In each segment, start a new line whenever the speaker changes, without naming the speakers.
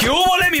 ¿Qué hubo, le, mi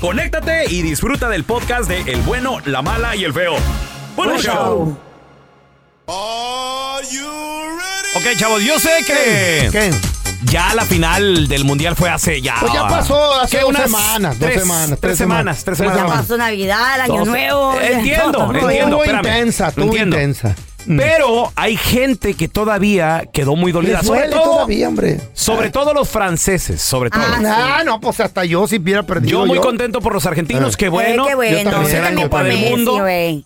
conéctate y disfruta del podcast de El bueno, la mala y el feo. ¡Buen show! Ok, chavos, yo sé que
¿Qué?
ya la final del mundial fue hace ya.
Pues ya pasó hace
Ah, ¿qué?
dos
Unas
semanas, dos
tres,
semanas,
Tres,
tres
semanas,
semanas,
tres
tres
semanas.
Ya pasó Navidad, el Año
Dos-
Nuevo. ya-
Entiendo,
todo.
entiendo.
Tú
espérame.
intensa, tú
Entiendo.
intensa.
Pero hay gente que todavía quedó muy dolida.
Les
Sobre
duele
todo,
todavía, hombre.
sobre todo los franceses, sobre todo.
Ah,
Ah, no, pues hasta yo si hubiera perdido.
Yo muy contento por los argentinos,
Eh.
qué bueno.
Eh, qué
Yo
bueno.
también
Yo
era
también
Copa
por
del
Messi,
Mundo.
güey.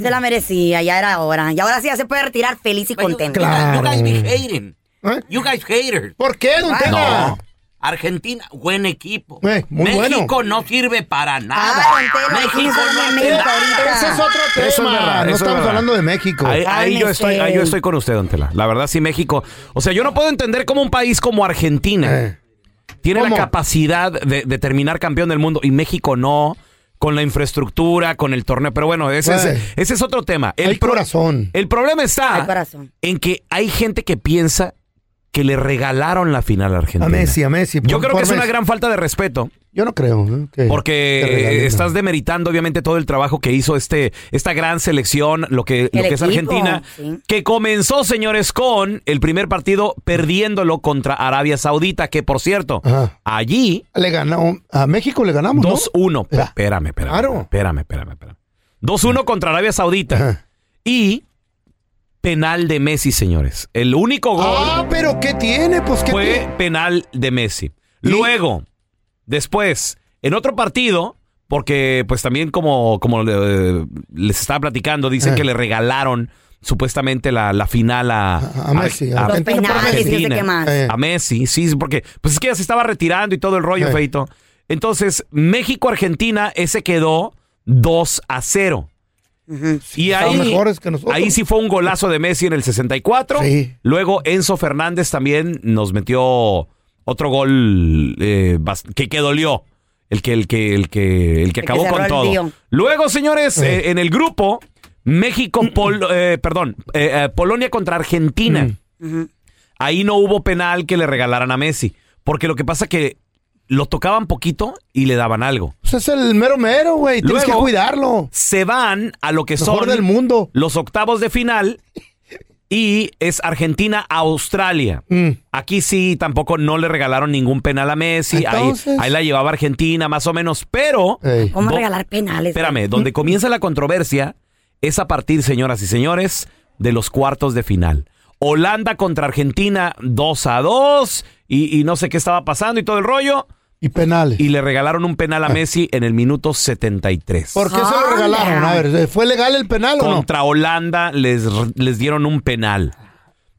Se la merecía, ya era hora. Y ahora sí ya se puede retirar feliz y contento.
Claro.
You guys be hating.
¿Eh?
You guys haters.
¿Por qué, don Tela?
No.
Argentina, buen equipo.
Eh, muy
México no sirve para nada.
don Tela, ¿quién
México no
sabe de
hace
México
nada.
ahorita?
Ese es otro tema.
Eso es verdad,
no
eso es
estamos
verdad.
hablando de México.
Ahí, ahí yo
Cálmese.
estoy, ahí yo estoy con usted, don Tela. La verdad sí, México. O sea, yo no puedo entender cómo un país como Argentina
Eh.
tiene
¿Cómo?
la capacidad de, de terminar campeón del mundo y México no, con la infraestructura, con el torneo. Pero bueno, ese,
Güey.
es, ese es otro tema.
Eh. Hay corazón.
El problema está
Ay, corazón.
en que Ah, hay gente que piensa que le regalaron la final a Argentina.
A Messi, a Messi.
Yo
por-
creo
por
que es una
Messi.
gran falta de respeto.
Yo no creo. ¿no? que-
Porque
que regalen,
eh,
no.
estás demeritando obviamente todo el trabajo que hizo este esta gran selección, lo que, lo
El
que es
equipo,
Argentina,
sí.
que comenzó, señores, con el primer partido perdiéndolo contra Arabia Saudita, que por cierto,
Ajá.
allí
Le ganamos. A México le ganamos. ¿no?
2-1.
Ya.
Espérame, espérame.
Claro.
Espérame, espérame, espérame. 2-1 contra Arabia Saudita.
Ajá.
Y penal de Messi, señores. El único gol
Ah, pero ¿qué tiene? Pues ¿qué
fue
tiene?
penal de Messi. Luego, después, en otro partido, porque pues también como, como eh, les estaba platicando, dicen
Eh.
que le regalaron supuestamente la, la final a,
A- a Messi, a
Los
Argentina por
penales y no sé qué más.
Eh.
a Messi, sí, porque pues es que ya se estaba retirando y todo el rollo,
Eh.
feito. Entonces, México-Argentina, ese quedó 2 a 0. Y
estaban
ahí,
mejores que nosotros.
ahí sí fue un golazo de Messi en el 64.
Sí.
Luego Enzo Fernández también nos metió otro gol eh, bas- que, que dolió. El que, el que, el que, el que
que
acabó
cerró
con
el
todo.
lío.
Luego, señores,
Sí. Mm.
eh, en el grupo, México, Pol- eh, perdón, eh, eh, Polonia contra Argentina
Mm.
ahí no hubo penal que le regalaran a Messi. Porque lo que pasa que lo tocaban poquito y le daban algo.
Pues es el mero mero, güey. Tienes que
Luego-
cuidarlo.
Se van a lo que
Mejor
son
del mundo.
los octavos de final y es Argentina-Australia.
Mm.
Aquí sí, tampoco no le regalaron ningún penal a Messi. Ahí,
Entonces-
ahí la llevaba Argentina, más o menos. Pero,
Ey.
¿Cómo
Do-
regalar penales?
espérame, donde comienza la controversia es a partir, señoras y señores, de los cuartos de final. Holanda contra Argentina 2 a 2 y, y no sé qué estaba pasando y todo el rollo.
Y penales. Ah.
Y le regalaron un penal a Messi en el minuto 73.
¿Por qué se lo
Ah,
regalaron?
mira.
A ver, ¿fue legal el penal o no?
Contra Holanda les, les dieron un penal.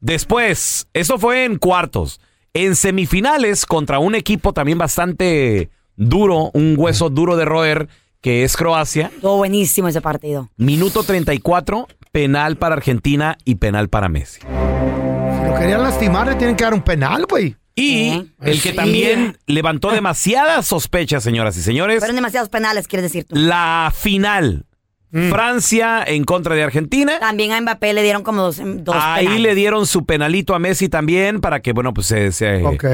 Después, eso fue en cuartos. En semifinales, contra un equipo también bastante duro, un hueso duro de roer, que es Croacia.
Estuvo buenísimo ese partido.
Minuto 34, penal para Argentina y penal para Messi.
Si lo querían lastimar, le tienen que dar un penal, güey.
Y el que
Sí.
también levantó demasiadas sospechas, señoras y señores,
Fueron demasiados penales, quieres decir tú.
la final.
Mm.
Francia en contra de Argentina.
También a Mbappé le dieron como dos, dos
Ahí
penales.
le dieron su penalito a Messi también para que, bueno, pues se, se-
Ok.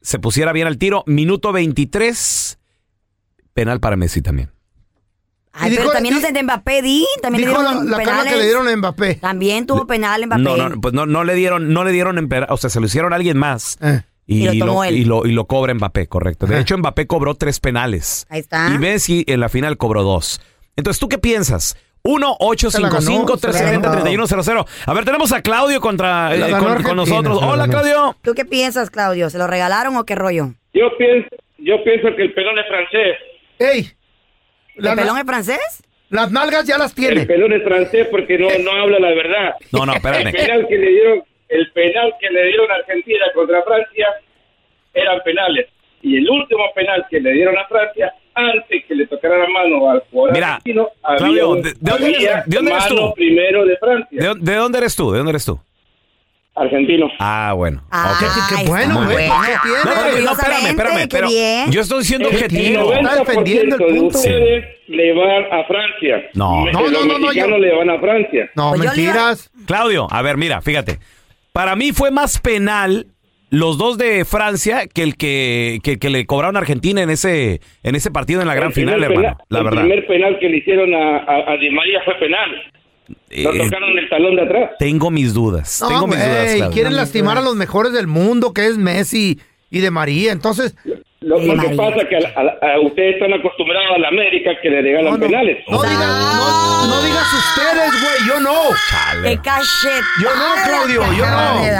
se pusiera bien al tiro. Minuto 23, penal para Messi también.
Ay,
Y
pero
dijo-
también
di-
los de Mbappé, di. También le
Dijo la,
dieron
la cara
penales.
que le dieron a Mbappé.
También tuvo penal Mbappé.
No, no, pues no, no le dieron, no le dieron, en pera- o sea, se lo hicieron a alguien más.
Eh.
Y,
Y lo tomó él.
y lo, y lo cobra Mbappé, correcto. De
Ajá.
hecho, Mbappé cobró tres penales.
Ahí está.
Y Messi en la final cobró dos. Entonces, ¿tú qué piensas?
Se la ganó.
1-855-370-3100. A ver, tenemos a Claudio contra,
Se la
eh,
ganó
con, con
Argentina,
nosotros.
se la
Hola,
ganó.
Claudio.
¿Tú qué piensas, Claudio? ¿Se lo regalaron o qué rollo?
Yo pienso, yo pienso que el pelón es francés.
¡Ey! La-
¿El pelón es francés?
Las nalgas ya las
El
tiene.
pelón es francés porque no, no habla la verdad.
No, no,
El
espérame.
penal que le dieron, el penal que le dieron a Argentina contra Francia eran penales. Y el último penal que le dieron a Francia, antes que le tocara la mano al jugador
Mira,
argentino,
Claudio,
un-
¿de- de dónde eres-
había
de dónde eres
mano
tú?
primero de Francia.
¿De, dónde- de dónde eres tú? ¿De dónde eres tú?
Argentino.
Ah, bueno.
Ah,
Ok.
qué
está
bueno, güey, ¿qué tiene?
No, espérame, no, espérame,
orgullosamente,
espérame.
qué
Pero
bien.
yo estoy siendo
El
objetivo.
tiene, Está defendiendo el
90% de
punto.
ustedes le van a Francia.
No.
Me-
No, no,
los
no, no,
mexicanos
yo-
le van a Francia.
No,
Pues yo le iba-
mentiras.
Claudio, a ver, mira, fíjate. Para mí fue más penal los dos de Francia que el que, que, que le cobraron a Argentina en ese, en ese partido en la gran
El primer
final, hermano.
penal-
La
el
verdad.
primer penal que le hicieron a, a, a Di María fue penal. No
Eh,
tocaron el talón de atrás.
tengo mis dudas.
No,
tengo mis
güey,
dudas, Claudio.
quieren lastimar a los mejores del mundo, que es Messi y de María. Entonces,
Lo,
Di
lo que
María.
pasa es que a, a- a ustedes están acostumbrados a la América que le regalan
no, no,
penales.
no digas, no, no digas ustedes, güey, yo no.
Chale.
¡Qué cachetada!
Yo no, Claudio,
que
yo
acaba
no.
Ah, de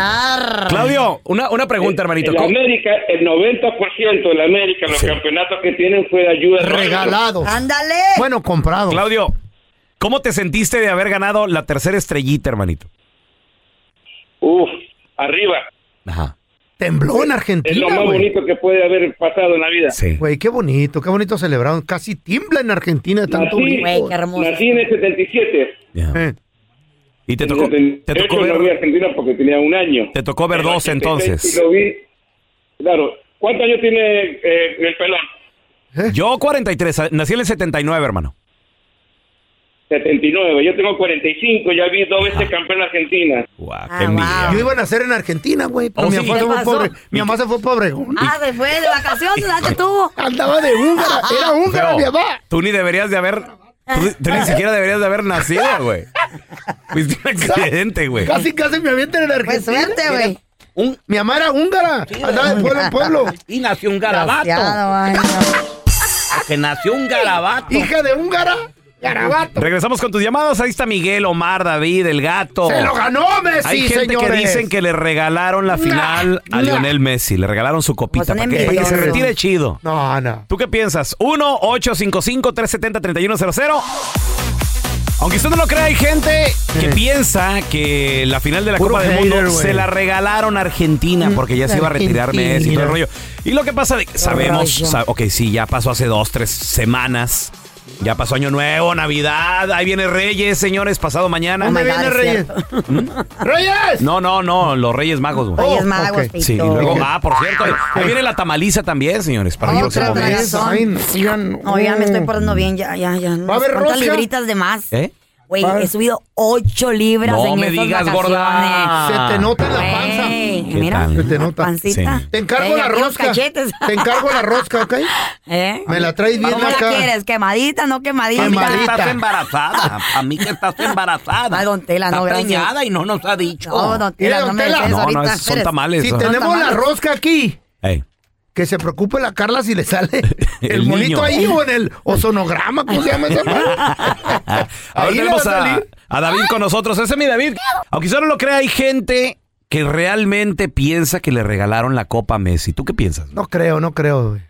dar.
Claudio, una, una pregunta, hermanito.
En Eh, la
¿Cómo-
América, el 90% de la América, los
Sí.
campeonatos que tienen fue de ayuda.
Regalado.
¡Ándale!
Bueno, comprado.
Claudio, ¿cómo te sentiste de haber ganado la tercera estrellita, hermanito?
Uf, arriba.
Ajá.
Tembló en
Es lo
Argentina,
más
güey.
bonito que puede haber pasado en la vida.
Sí.
Güey, qué bonito, qué bonito celebraron. Casi tiembla en Argentina de tanto
Nací-
brinco.
Güey, qué hermoso.
Nací en el 77.
Ya.
Eh,
Y te
En
tocó,
el
te tocó
78 no vi a
ver,
Argentina porque tenía un año.
te tocó ver dos
Y
entonces.
lo vi. Claro. ¿Cuántos años tiene eh, el pelón?
¿Eh?
Yo 43, a- nací en el 79, hermano.
79. Yo tengo 45. Ya vi dos veces campeón Argentina.
Guau,
Ah,
qué envidia.
Yo iba a nacer en Argentina, güey, pero
Oh,
mi,
sí.
mamá se
¿Qué
fue
pasó?
pobre. mi mamá se fue pobre.
Ah, se fue de vacaciones, ¿dónde tú?
Andaba de húngara, era húngara
Feo,
mi mamá.
Tú ni deberías de haber. Tú, tú ni siquiera deberías de haber nacido, güey. Fuiste un accidente, güey.
Casi, casi me avientan en
Pues
Argentina.
suerte, güey.
Mi mamá era húngara, andaba de pueblo en pueblo.
Y nació un garabato.
Desgraciado, ay, no.
Que nació un garabato.
Hija de húngara, garabato.
Regresamos con tus llamadas. Ahí está Miguel, Omar, David, el gato.
¡Se lo ganó Messi,
Hay gente que
señores!
dicen que le regalaron la final
Nah,
a
nah.
Lionel Messi. Le regalaron su copita
Pues son
para que, para que se
envidiosos.
retire chido.
No, Ah, no.
¿Tú qué piensas? 1-855-370-3100. Aunque usted no lo crea, hay gente que
Sí.
piensa que la final de la
Puro
Copa del Mundo
hater, güey.
se la regalaron a Argentina
Mm.
porque ya se iba a retirar
Argentina.
Messi y todo el rollo. Y lo que pasa, de, sabemos,
rollo.
sa- ok, sí, ya pasó hace dos, tres semanas. Ya pasó Año Nuevo, Navidad, ahí viene Reyes, señores, pasado mañana. ¿Mm?
¿Dónde
my God,
viene
es
Reyes? ¡Reyes!
No, no, no, los Reyes Magos, güey.
Reyes
Oh,
Magos,
ok.
Pito.
Sí, y luego,
Dije-
ah, por cierto, ahí- ahí viene la tamaliza también, señores, para el
Otra
próximo mes.
razón.
Ay, no, sigan.
No, ya me estoy portando bien, ya, ya, ya.
a haber
¿Cuántas
rosca?
libritas de más?
¿Eh?
Güey,
Va-
he subido 8 libras
No
en
me
estas
digas,
vacaciones.
gorda.
Se te nota en la panza.
Güey,
¿Qué
mira,
tal?
Se te nota.
pancita.
Sí.
Te encargo
Ey,
la
aquí los
rosca.
cachetes.
Te encargo la rosca, ¿ok?
¿Eh?
Me la traes bien
¿Cómo
acá.
la quieres? ¿Quemadita, no quemadita?
A mí que
Quemadita.
estás embarazada. A mí que estás embarazada.
Ay, don Tela, no,
Está
gracias.
preñada y no nos ha dicho.
No, don Tela,
Mira,
no
Eh, don
me
Tela.
dejes
No, no,
ahorita.
es- son
Eres-
tamales.
Si
son-
tenemos la
tamales.
rosca aquí,
Ey.
que se preocupe la Carla si le sale el,
El niño.
monito ahí o en el sonograma, ¿cómo se llama esa madre?
A ver,
Ahí le va
tenemos
a
a,
salir.
a David con nosotros. Ese es mi David. Aunque solo lo crea, hay gente que realmente piensa que le regalaron la copa a Messi. ¿Tú qué piensas?
No creo, no creo, güey.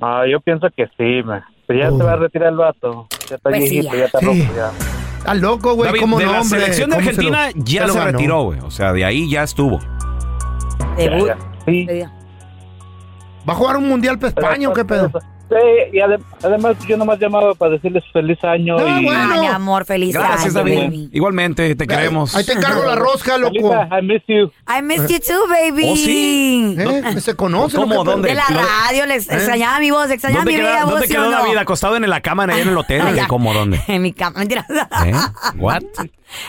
Ah, yo pienso que sí, man. Pero ya
Uy.
se va a retirar el vato. Ya está
Pues sí,
viejito,
ya.
ya está
Sí.
rojo ya.
Está loco, güey.
David,
¿Cómo
de
no,
la
hombre?
selección de
¿Cómo lo-
Argentina ya
lo
se,
ganó?
retiró, güey. O sea, de ahí ya estuvo.
Ya, ya. Sí.
¿Va a jugar un mundial para España o qué pedo?
Sí, y adem- además pues, yo nomás llamaba para decirles feliz año y...
Ay, mi amor, feliz
Gracias,
año,
David.
baby.
Igualmente, te queremos.
Ahí te encargo la rosca, loco.
I miss you.
I miss you too, baby.
¿Oh, sí?
¿Eh? ¿Se conoce?
¿Cómo?
¿no? ¿Qué pedo?
¿Dónde?
De la
¿Dónde-
radio, les extrañaba mi voz, extrañaba
¿Eh? ¿Dónde
mi
queda-
bella voz.
¿Dónde
¿sí o
quedó
no?
David acostado en la cama allá en el hotel?
ya.
¿Cómo dónde?
En mi cama, mentira.
¿Eh? ¿What?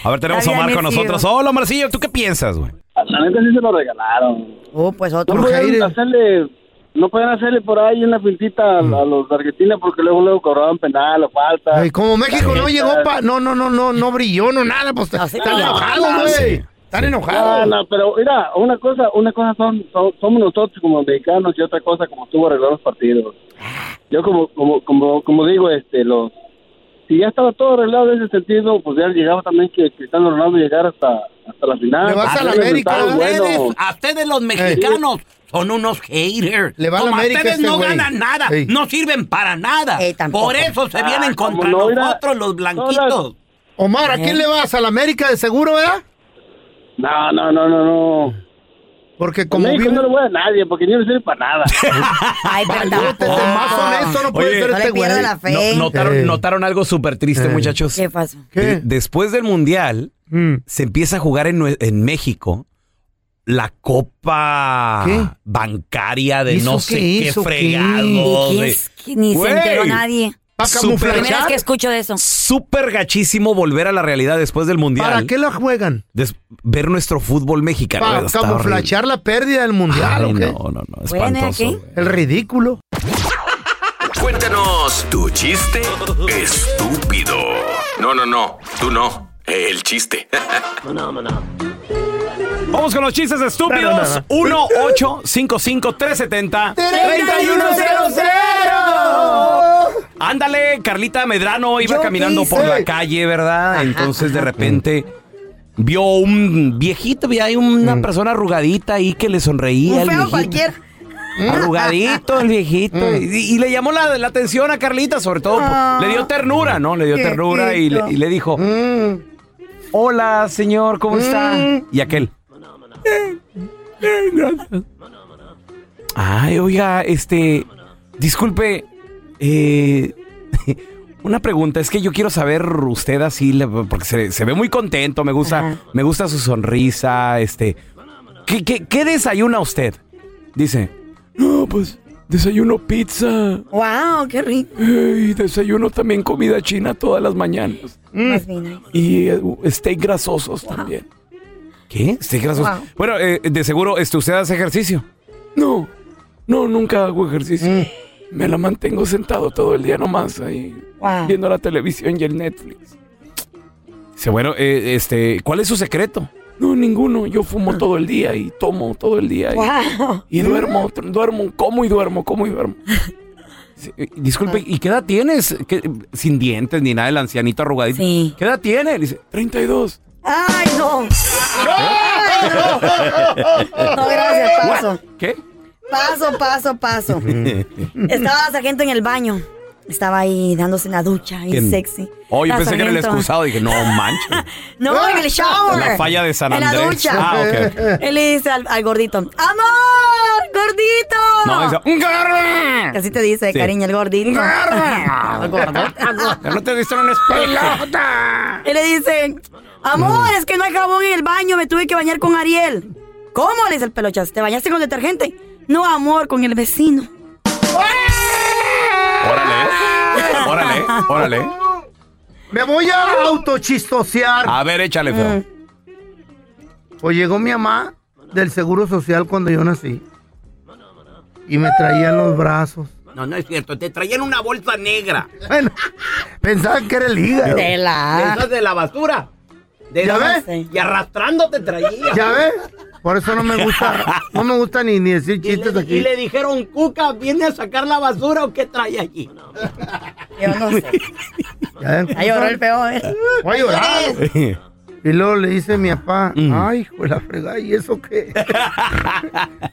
A ver, tenemos a
Había
Omar con
metido.
nosotros. Hola, Marcillo, ¿tú qué piensas, güey?
Ah, La neta sí se lo regalaron.
Oh, pues otro.
No pueden hacerle, no pueden hacerle por ahí una pintita a, a los de Argentina porque luego luego cobraban penal o falta.
Mm. Ay, como México no llegó pa... No, no, no, no, no brilló, no nada. Pues están
no.
enojados, güey. Están
No,
enojados.
no, pero mira, una cosa, una cosa son, son- somos nosotros como mexicanos y otra cosa como tú arreglar los partidos. Yo como, como, como, como digo, este, los, si ya estaba todo arreglado en ese sentido, pues ya llegaba también que Cristiano Ronaldo llegara hasta, hasta la final. Había resultados buenos.
A ustedes los mexicanos son unos haters.
Le va a la
Como
América
ustedes
este
no
güey.
ganan nada,
Ey.
no sirven para nada. Por eso se
Ah,
vienen
como
contra
no, mira,
nosotros los blanquitos.
Omar,
Eh.
¿a quién le vas? ¿A la América de seguro, verdad?
No, no, no, no, no. Pues
Porque como
México
vive-
no le voy a nadie, porque yo no sirve para nada.
Ay,
Este es más
Ah.
honesto, no puede
Oye, no
ser
le
este güey.
pierdas la fe. No, notaron- notaron algo súper triste,
Eh.
muchachos.
¿Qué pasó? Mm.
Eh, Después del Mundial, se empieza a jugar en, nue- en México la copa
¿Qué?
bancaria de
¿Y eso
no sé
qué?
qué,
¿Eso qué?
fregados.
¿De qué
de-
es que ni se
Güey,
enteró nadie?
¿Para camuflar?
Primera vez que escucho de eso.
Súper gachísimo volver a la realidad después del Mundial.
¿Para qué la juegan?
Des- ver nuestro fútbol mexicano.
¿Para
Está
camuflachear la pérdida del mundial
Ay,
o qué?
no, no, no, espantoso,
¿qué? El ridículo.
Cuéntanos tu chiste estúpido. No, no, no, tú no. Eh, El chiste. no, no, no.
horrible. Vamos con los chistes estúpidos. 1-855-370-3100. Ándale, Carlita Medrano iba
Yo
caminando por
quise.
la calle, ¿verdad? Entonces de repente vio un viejito, vi ahí una
Mm.
persona arrugadita ahí que le sonreía. al viejito. Arrugadito el viejito.
Mm.
Y, y le llamó la, la atención a Carlita, sobre todo.
Ah.
le dio ternura, ¿no? Le dio ternura y le, y le dijo:
Mm.
Hola, señor,
Mm.
¿cómo está? Y aquel. Ay, oiga, este. Disculpe. eh, una pregunta, es que yo quiero saber usted así, le- porque se, se ve muy contento, me gusta, me gusta su sonrisa, este. ¿qué, qué, qué desayuna usted? Dice. No, pues desayuno pizza.
¡Wow! ¡Qué rico!
Y desayuno también comida china todas las mañanas.
Más
Mm.
bien.
Y eh, steak grasosos también. ¿Qué? Steak grasosos.
Wow.
Bueno, eh, de seguro, este, ¿usted hace ejercicio? No, no, nunca hago ejercicio. Me la mantengo sentado todo el día nomás ahí,
Wow.
viendo la televisión y el Netflix. Dice, bueno, eh, este, ¿cuál es su secreto? No, ninguno. Yo fumo todo el día y tomo todo el día. y-
Wow.
y duermo, tr- duermo, como y duermo, como y duermo. Sí, eh, Disculpe, ¿y qué edad tienes? ¿Qué- sin dientes ni nada, el ancianito arrugadito. ¿Qué edad tiene? Le Dice, 32.
¡Ay, no! ¡Ay, no! No, gracias, paso.
¿Qué?
Paso, paso, paso. Estaba la sargento en el baño. Estaba ahí dándose una ducha, y
¿Quién?
sexy.
Oh, yo
La
pensé que era el
sargento.
excusado. Dije, no manches.
No, en el shower.
La falla de San
en la
Andrés.
ducha.
Ah, ok, ok.
Él le dice al, al gordito, ¡Amor! ¡Gordito!
No, dice, "Un garra".
Así te dice,
Sí.
cariño, el gordito.
Ah,
El gordo.
Ya no te viste en un espejo.
Él le dice, amor, es que no hay jabón en el baño, me tuve que bañar con Ariel. ¿Cómo? Le dice el pelochas, ¿te bañaste con detergente? No, amor, con el vecino.
Órale, órale, órale.
Me voy a autochistosear.
A ver, échale, feo.
Pues llegó mi mamá del Seguro Social cuando yo nací. Y me traía en los brazos.
No, no es cierto, te traían una bolsa negra.
Bueno, pensaban que era el hígado.
De la... Esas de la basura. De
¿Ya
la-
ves?
Y arrastrándote traía.
¿Ya ves? Por eso no me gusta, no me gusta ni, ni decir chistes aquí.
Y le dijeron, Cuca, ¿viene a sacar la basura o qué trae allí?
Yo no sé.
Ya ven.
Ya lloró el peor. ¿eh?
Voy a llorar. Y luego le dice mi papá,
Mm.
ay, hijo de la fregada, ¿y eso qué?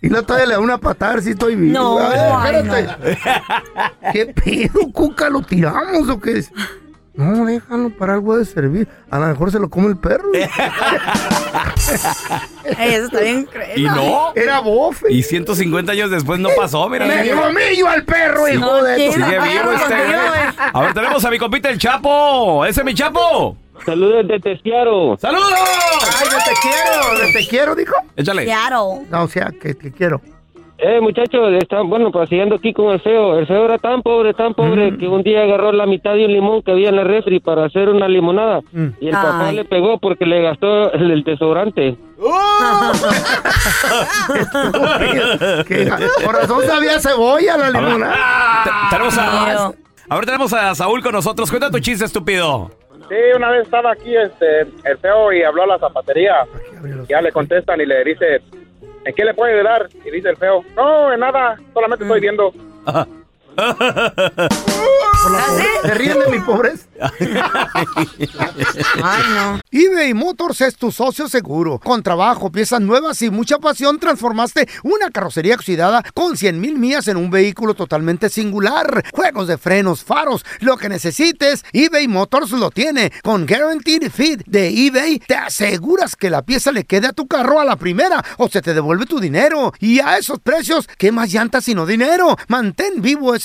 y luego todavía le da una patada a ver si estoy vivo.
No,
A ver,
ay,
espérate. ¿Qué pedo, Cuca? ¿Lo tiramos o qué? No, déjalo, para algo ha de servir. A lo mejor se lo come el perro.
Ey, eso está bien cruel.
¿Y no?
Era bofe.
Y 150 años después no pasó, mira.
Me comí yo al perro,
Sí.
hijo de...
Sigue vivo este. A ver, tenemos a mi compita el Chapo. Ese es mi Chapo.
Saludos de Teciaro.
¡Saludos!
¡Ay, yo te quiero! yo te quiero, dijo.
Échale.
Claro.
No, o sea, que te quiero.
Eh, muchachos, está- bueno, pues siguiendo aquí con el feo. El feo era tan pobre, tan pobre, que un día agarró la mitad de un limón que había en la refri para hacer una limonada.
Mm.
Y el papá
Ay.
le pegó porque le gastó el, el desodorante.
Que- Por razón sabía Pues, cebolla la limonada.
Tenemos a. Ahora tenemos a Saúl con nosotros. Cuenta tu chiste, estúpido.
Sí, una vez estaba aquí este, el feo y habló a la zapatería. Ya le contestan y le dice, ¿en qué le puede ayudar? Y dice el feo, no, en nada, solamente
Mm.
estoy viendo.
Se ríen de mi pobreza. eBay Motors es tu socio seguro. Con trabajo, piezas nuevas y mucha pasión, transformaste una carrocería oxidada con 100 mil millas en un vehículo totalmente singular. Juegos de frenos, faros, lo que necesites, eBay Motors lo tiene. Con Guaranteed Fit de eBay, te aseguras que la pieza le quede a tu carro a la primera o se te devuelve tu dinero. Y a esos precios, ¿qué más llantas sino dinero? Mantén vivo ese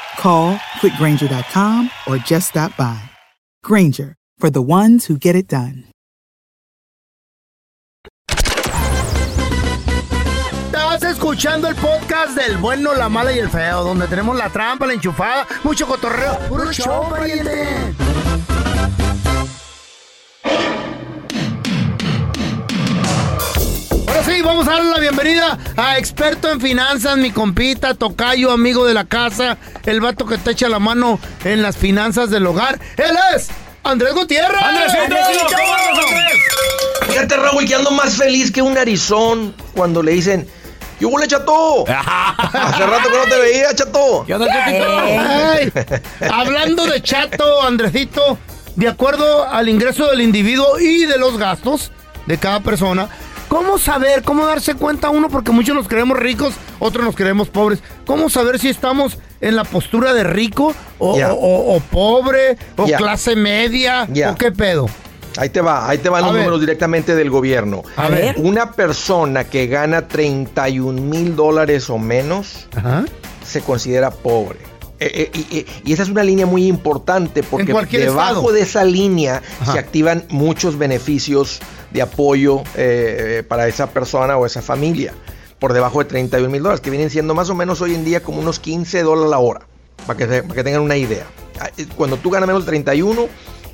Call quickgranger.com or just stop by. Granger, for the ones who get it done.
Estás escuchando el podcast del bueno, la mala y el feo, donde tenemos la trampa, la enchufada, mucho cotorreo. ¡Puro show, pariente! Ahora sí, vamos a darle la bienvenida a experto en finanzas, mi compita, tocayo, amigo de la casa, el vato que te echa la mano en las finanzas del hogar. Él es Andrés Gutiérrez.
¡Andrés Gutiérrez! ¿Cómo andas, Andrés? Fíjate, Raúl, que ando más feliz que un narizón cuando le dicen, ¡Yo huele, chato! Hace rato que no te veía, chato.
Ay, hablando de chato, Andresito, de acuerdo al ingreso del individuo y de los gastos de cada persona, ¿cómo saber, cómo darse cuenta uno? Porque muchos nos creemos ricos, otros nos creemos pobres. ¿Cómo saber si estamos en la postura de rico o,
Ya.
o- o- o pobre o
Ya.
clase media
Ya.
o qué pedo?
Ahí te va, ahí te van
A
los
ver.
números directamente del gobierno.
A ver.
Una persona que gana 31 mil dólares o menos se considera pobre. Eh, eh, y, y- y esa es una línea muy importante porque
cualquier
debajo
estado.
de esa línea
Ajá.
se activan muchos beneficios de apoyo eh, para esa persona o esa familia por debajo de 31 mil dólares, que vienen siendo más o menos hoy en día como unos 15 dólares la hora, para que, se- para que tengan una idea. Ah, eh, Cuando tú ganas menos de 31,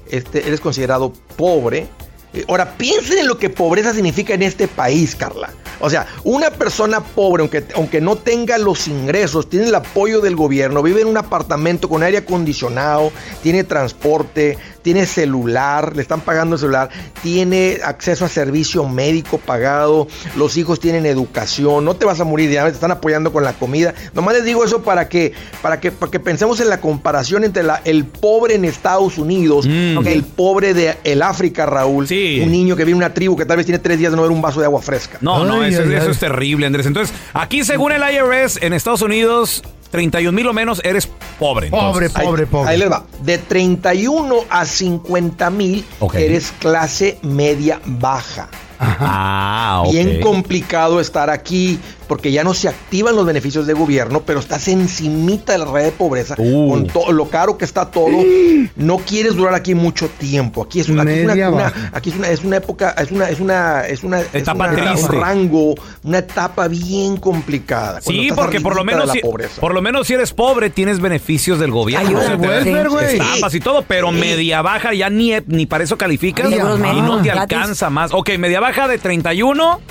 este, eres considerado pobre. Eh, Ahora, piensen en lo que pobreza significa en este país, Carla. O sea, una persona pobre, aunque, aunque no tenga los ingresos, tiene el apoyo del gobierno, vive en un apartamento con aire acondicionado, tiene transporte, tiene celular, le están pagando el celular, tiene acceso a servicio médico pagado, los hijos tienen educación, no te vas a morir de hambre, te están apoyando con la comida. Nomás les digo eso para que, para que, para que pensemos en la comparación entre la- el pobre en Estados Unidos,
Mm,
el pobre de el África, Raúl, un niño que vive en una tribu que tal vez tiene tres días de no ver un vaso de agua fresca.
No, no,
Ay,
eso,
ay,
eso
ay.
es terrible, Andrés. Entonces, aquí según el IRS, en Estados Unidos, 31 mil o menos eres pobre. entonces.
Ahí- Ahí les va. De 31 a 50 mil,
Ok.
eres clase media baja.
Ah, ok.
Bien complicado estar aquí porque ya no se activan los beneficios de gobierno, pero estás encimita de la red de pobreza
Uh.
con todo lo caro que está todo. No quieres durar aquí mucho tiempo. Aquí es, aquí es una,
Media
una-
baja.
aquí es una es una época, es una es una es una es
Etapa
una-
triste.
un rango, una etapa bien complicada. cuando
Sí,
estás
porque por lo
arribita de
menos
la
si,
pobreza.
por lo menos si eres pobre tienes beneficios del gobierno,
Ayuda
o sea,
al
te dan
welfare, güey.
estampas y todo, pero media baja ya ni ni para eso calificas
Media
y no te
baja.
alcanza más. Ok, media rebaja de 31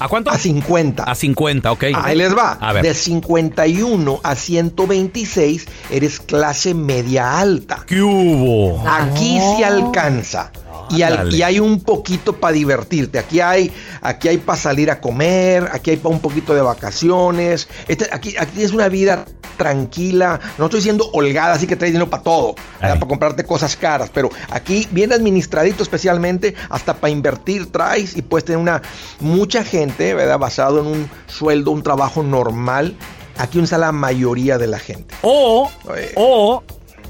a cuánto? A
50.
A 50, ok.
Ahí les va.
A ver.
De 51 a 126 eres clase media alta.
¿Qué hubo?
Aquí
Ah.
se alcanza. Y, al-
Ándale.
y hay un poquito para divertirte. Aquí hay, aquí hay para salir a comer, aquí hay para un poquito de vacaciones. Este- aquí, aquí es una vida tranquila. No estoy diciendo holgada, así que traes dinero para todo, ¿verdad? para comprarte cosas caras. Pero aquí bien administradito especialmente, hasta para invertir traes y puedes tener una mucha gente, ¿verdad? Basado en un sueldo, un trabajo normal. Aquí usa la mayoría de la gente.
O, o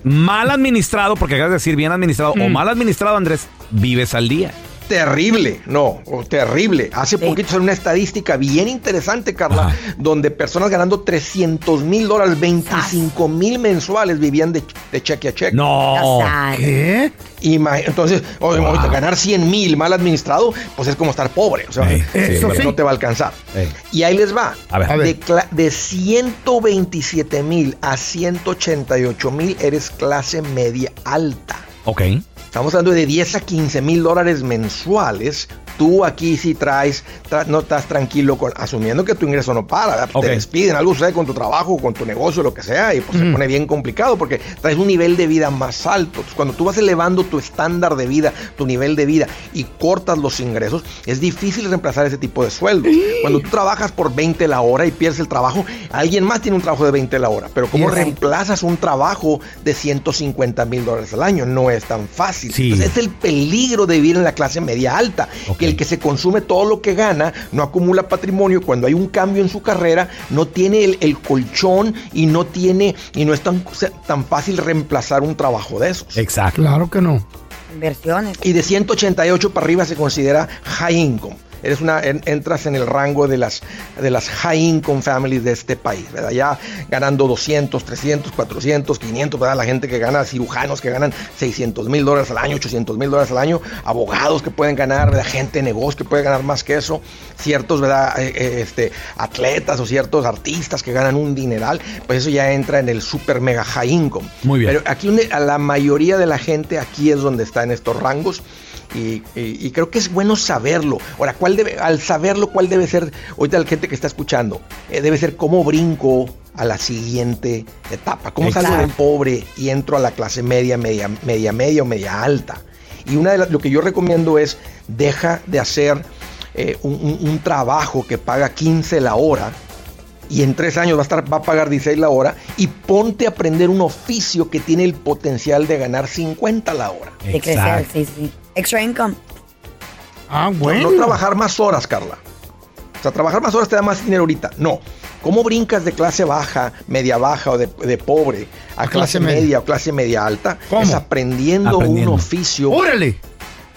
mal administrado, porque acabas de decir bien administrado, o mal administrado, Andrés, vives al día.
Terrible, no, oh, terrible. Hace poquito salió una estadística bien interesante, Carla, donde personas ganando 300 mil dólares, 25 mil mensuales vivían de, de cheque a cheque.
No,
¿qué? entonces, oye, oye, ganar 100 mil mal administrado, pues es como estar pobre. O sea, eh,
eso
no,
sí.
no te va a alcanzar. Y ahí les va.
A ver. A ver.
De, cla- de 127 mil a 188 mil eres clase media alta.
Ok.
Estamos hablando de 10 a 15 mil dólares mensuales. Tú aquí sí traes, tra- no estás tranquilo con, asumiendo que tu ingreso no para, ¿verdad?
Ok.
te despiden, algo sucede con tu trabajo, con tu negocio, lo que sea, y pues se pone bien complicado porque traes un nivel de vida más alto. Entonces, Cuando tú vas elevando tu estándar de vida, tu nivel de vida y cortas los ingresos, es difícil reemplazar ese tipo de sueldo. Cuando tú trabajas por 20 la hora y pierdes el trabajo, alguien más tiene un trabajo de 20 la hora, pero ¿cómo
Yes.
reemplazas un trabajo de 150 mil dólares al año? No es tan fácil. Entonces, es el peligro de vivir en la clase media alta, que el que se consume todo lo que gana no acumula patrimonio, cuando hay un cambio en su carrera no tiene el, el colchón y no tiene y no es tan, tan fácil reemplazar un trabajo de esos.
Exacto.
Claro que no.
Inversiones.
Y de 188 para arriba se considera high income. Eres una, en- entras en el rango de las, de las high income families de este país, ¿verdad? Ya ganando 200, 300, 400, 500, ¿verdad? La gente que gana, cirujanos que ganan 600 mil dólares al año, 800 mil dólares al año, abogados que pueden ganar, ¿verdad? Gente de negocio que puede ganar más que eso, ciertos, ¿verdad? Eh, eh, este, atletas o ciertos artistas que ganan un dineral, pues eso ya entra en el super mega high income.
Muy bien.
Pero aquí donde- a la mayoría de la gente aquí es donde está en estos rangos y, y- y creo que es bueno saberlo. Ahora, ¿cuál debe, al saberlo, cuál debe ser, ahorita la gente que está escuchando, eh, debe ser cómo brinco a la siguiente etapa, cómo salgo
Exacto.
del pobre y entro a la clase media, media, media, media o media alta. Y una de las, lo que yo recomiendo es deja de hacer eh, un, un- un trabajo que paga 15 la hora y en tres años va a, estar, va a pagar 16 la hora y ponte a aprender un oficio que tiene el potencial de ganar 50 la hora.
De crecer, sí, sí. Extra income.
Ah,
No, trabajar más horas, Carla. O sea, trabajar más horas te da más dinero ahorita. No. ¿Cómo brincas de clase baja, media baja o de, de pobre a,
clase
clase,
media.
media. o clase media alta?
¿Cómo?
Es aprendiendo,
Aprendiendo.
un oficio
¡Órale!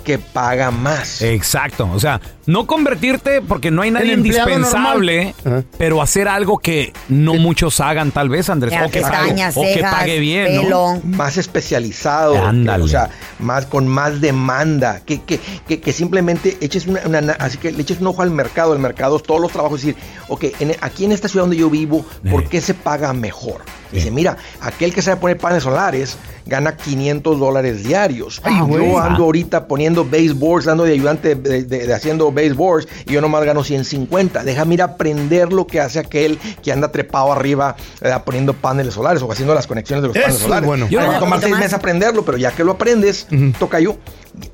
que paga más.
Exacto. O sea, no convertirte porque no hay nadie
En empleado
indispensable, pero hacer algo que no muchos hagan, tal vez, Andrés.
Ya,
o, que pague,
pestañas,
o que
cejas,
pague bien. ¿no?
pelo.
Más especializado. O sea, más, con más demanda. Que, que, que, que simplemente eches una, una ana- así que le eches un ojo al mercado. El mercado, todos los trabajos. Decir, ok, en- aquí en esta ciudad donde yo vivo, ¿por qué se paga mejor? Dice, mira, aquel que sabe poner paneles solares gana 500 dólares diarios.
güey.
yo ando ahorita poniendo baseboards, dando de ayudante de, de- de haciendo baseboards y yo nomás gano 150. Déjame ir a aprender lo que hace aquel que anda trepado arriba eh, poniendo paneles solares o haciendo las conexiones de los
Eso
paneles
es
solares.
bueno.
Yo
Yo
no va
no-
a tomar seis meses aprenderlo, pero ya que lo aprendes, toca yo.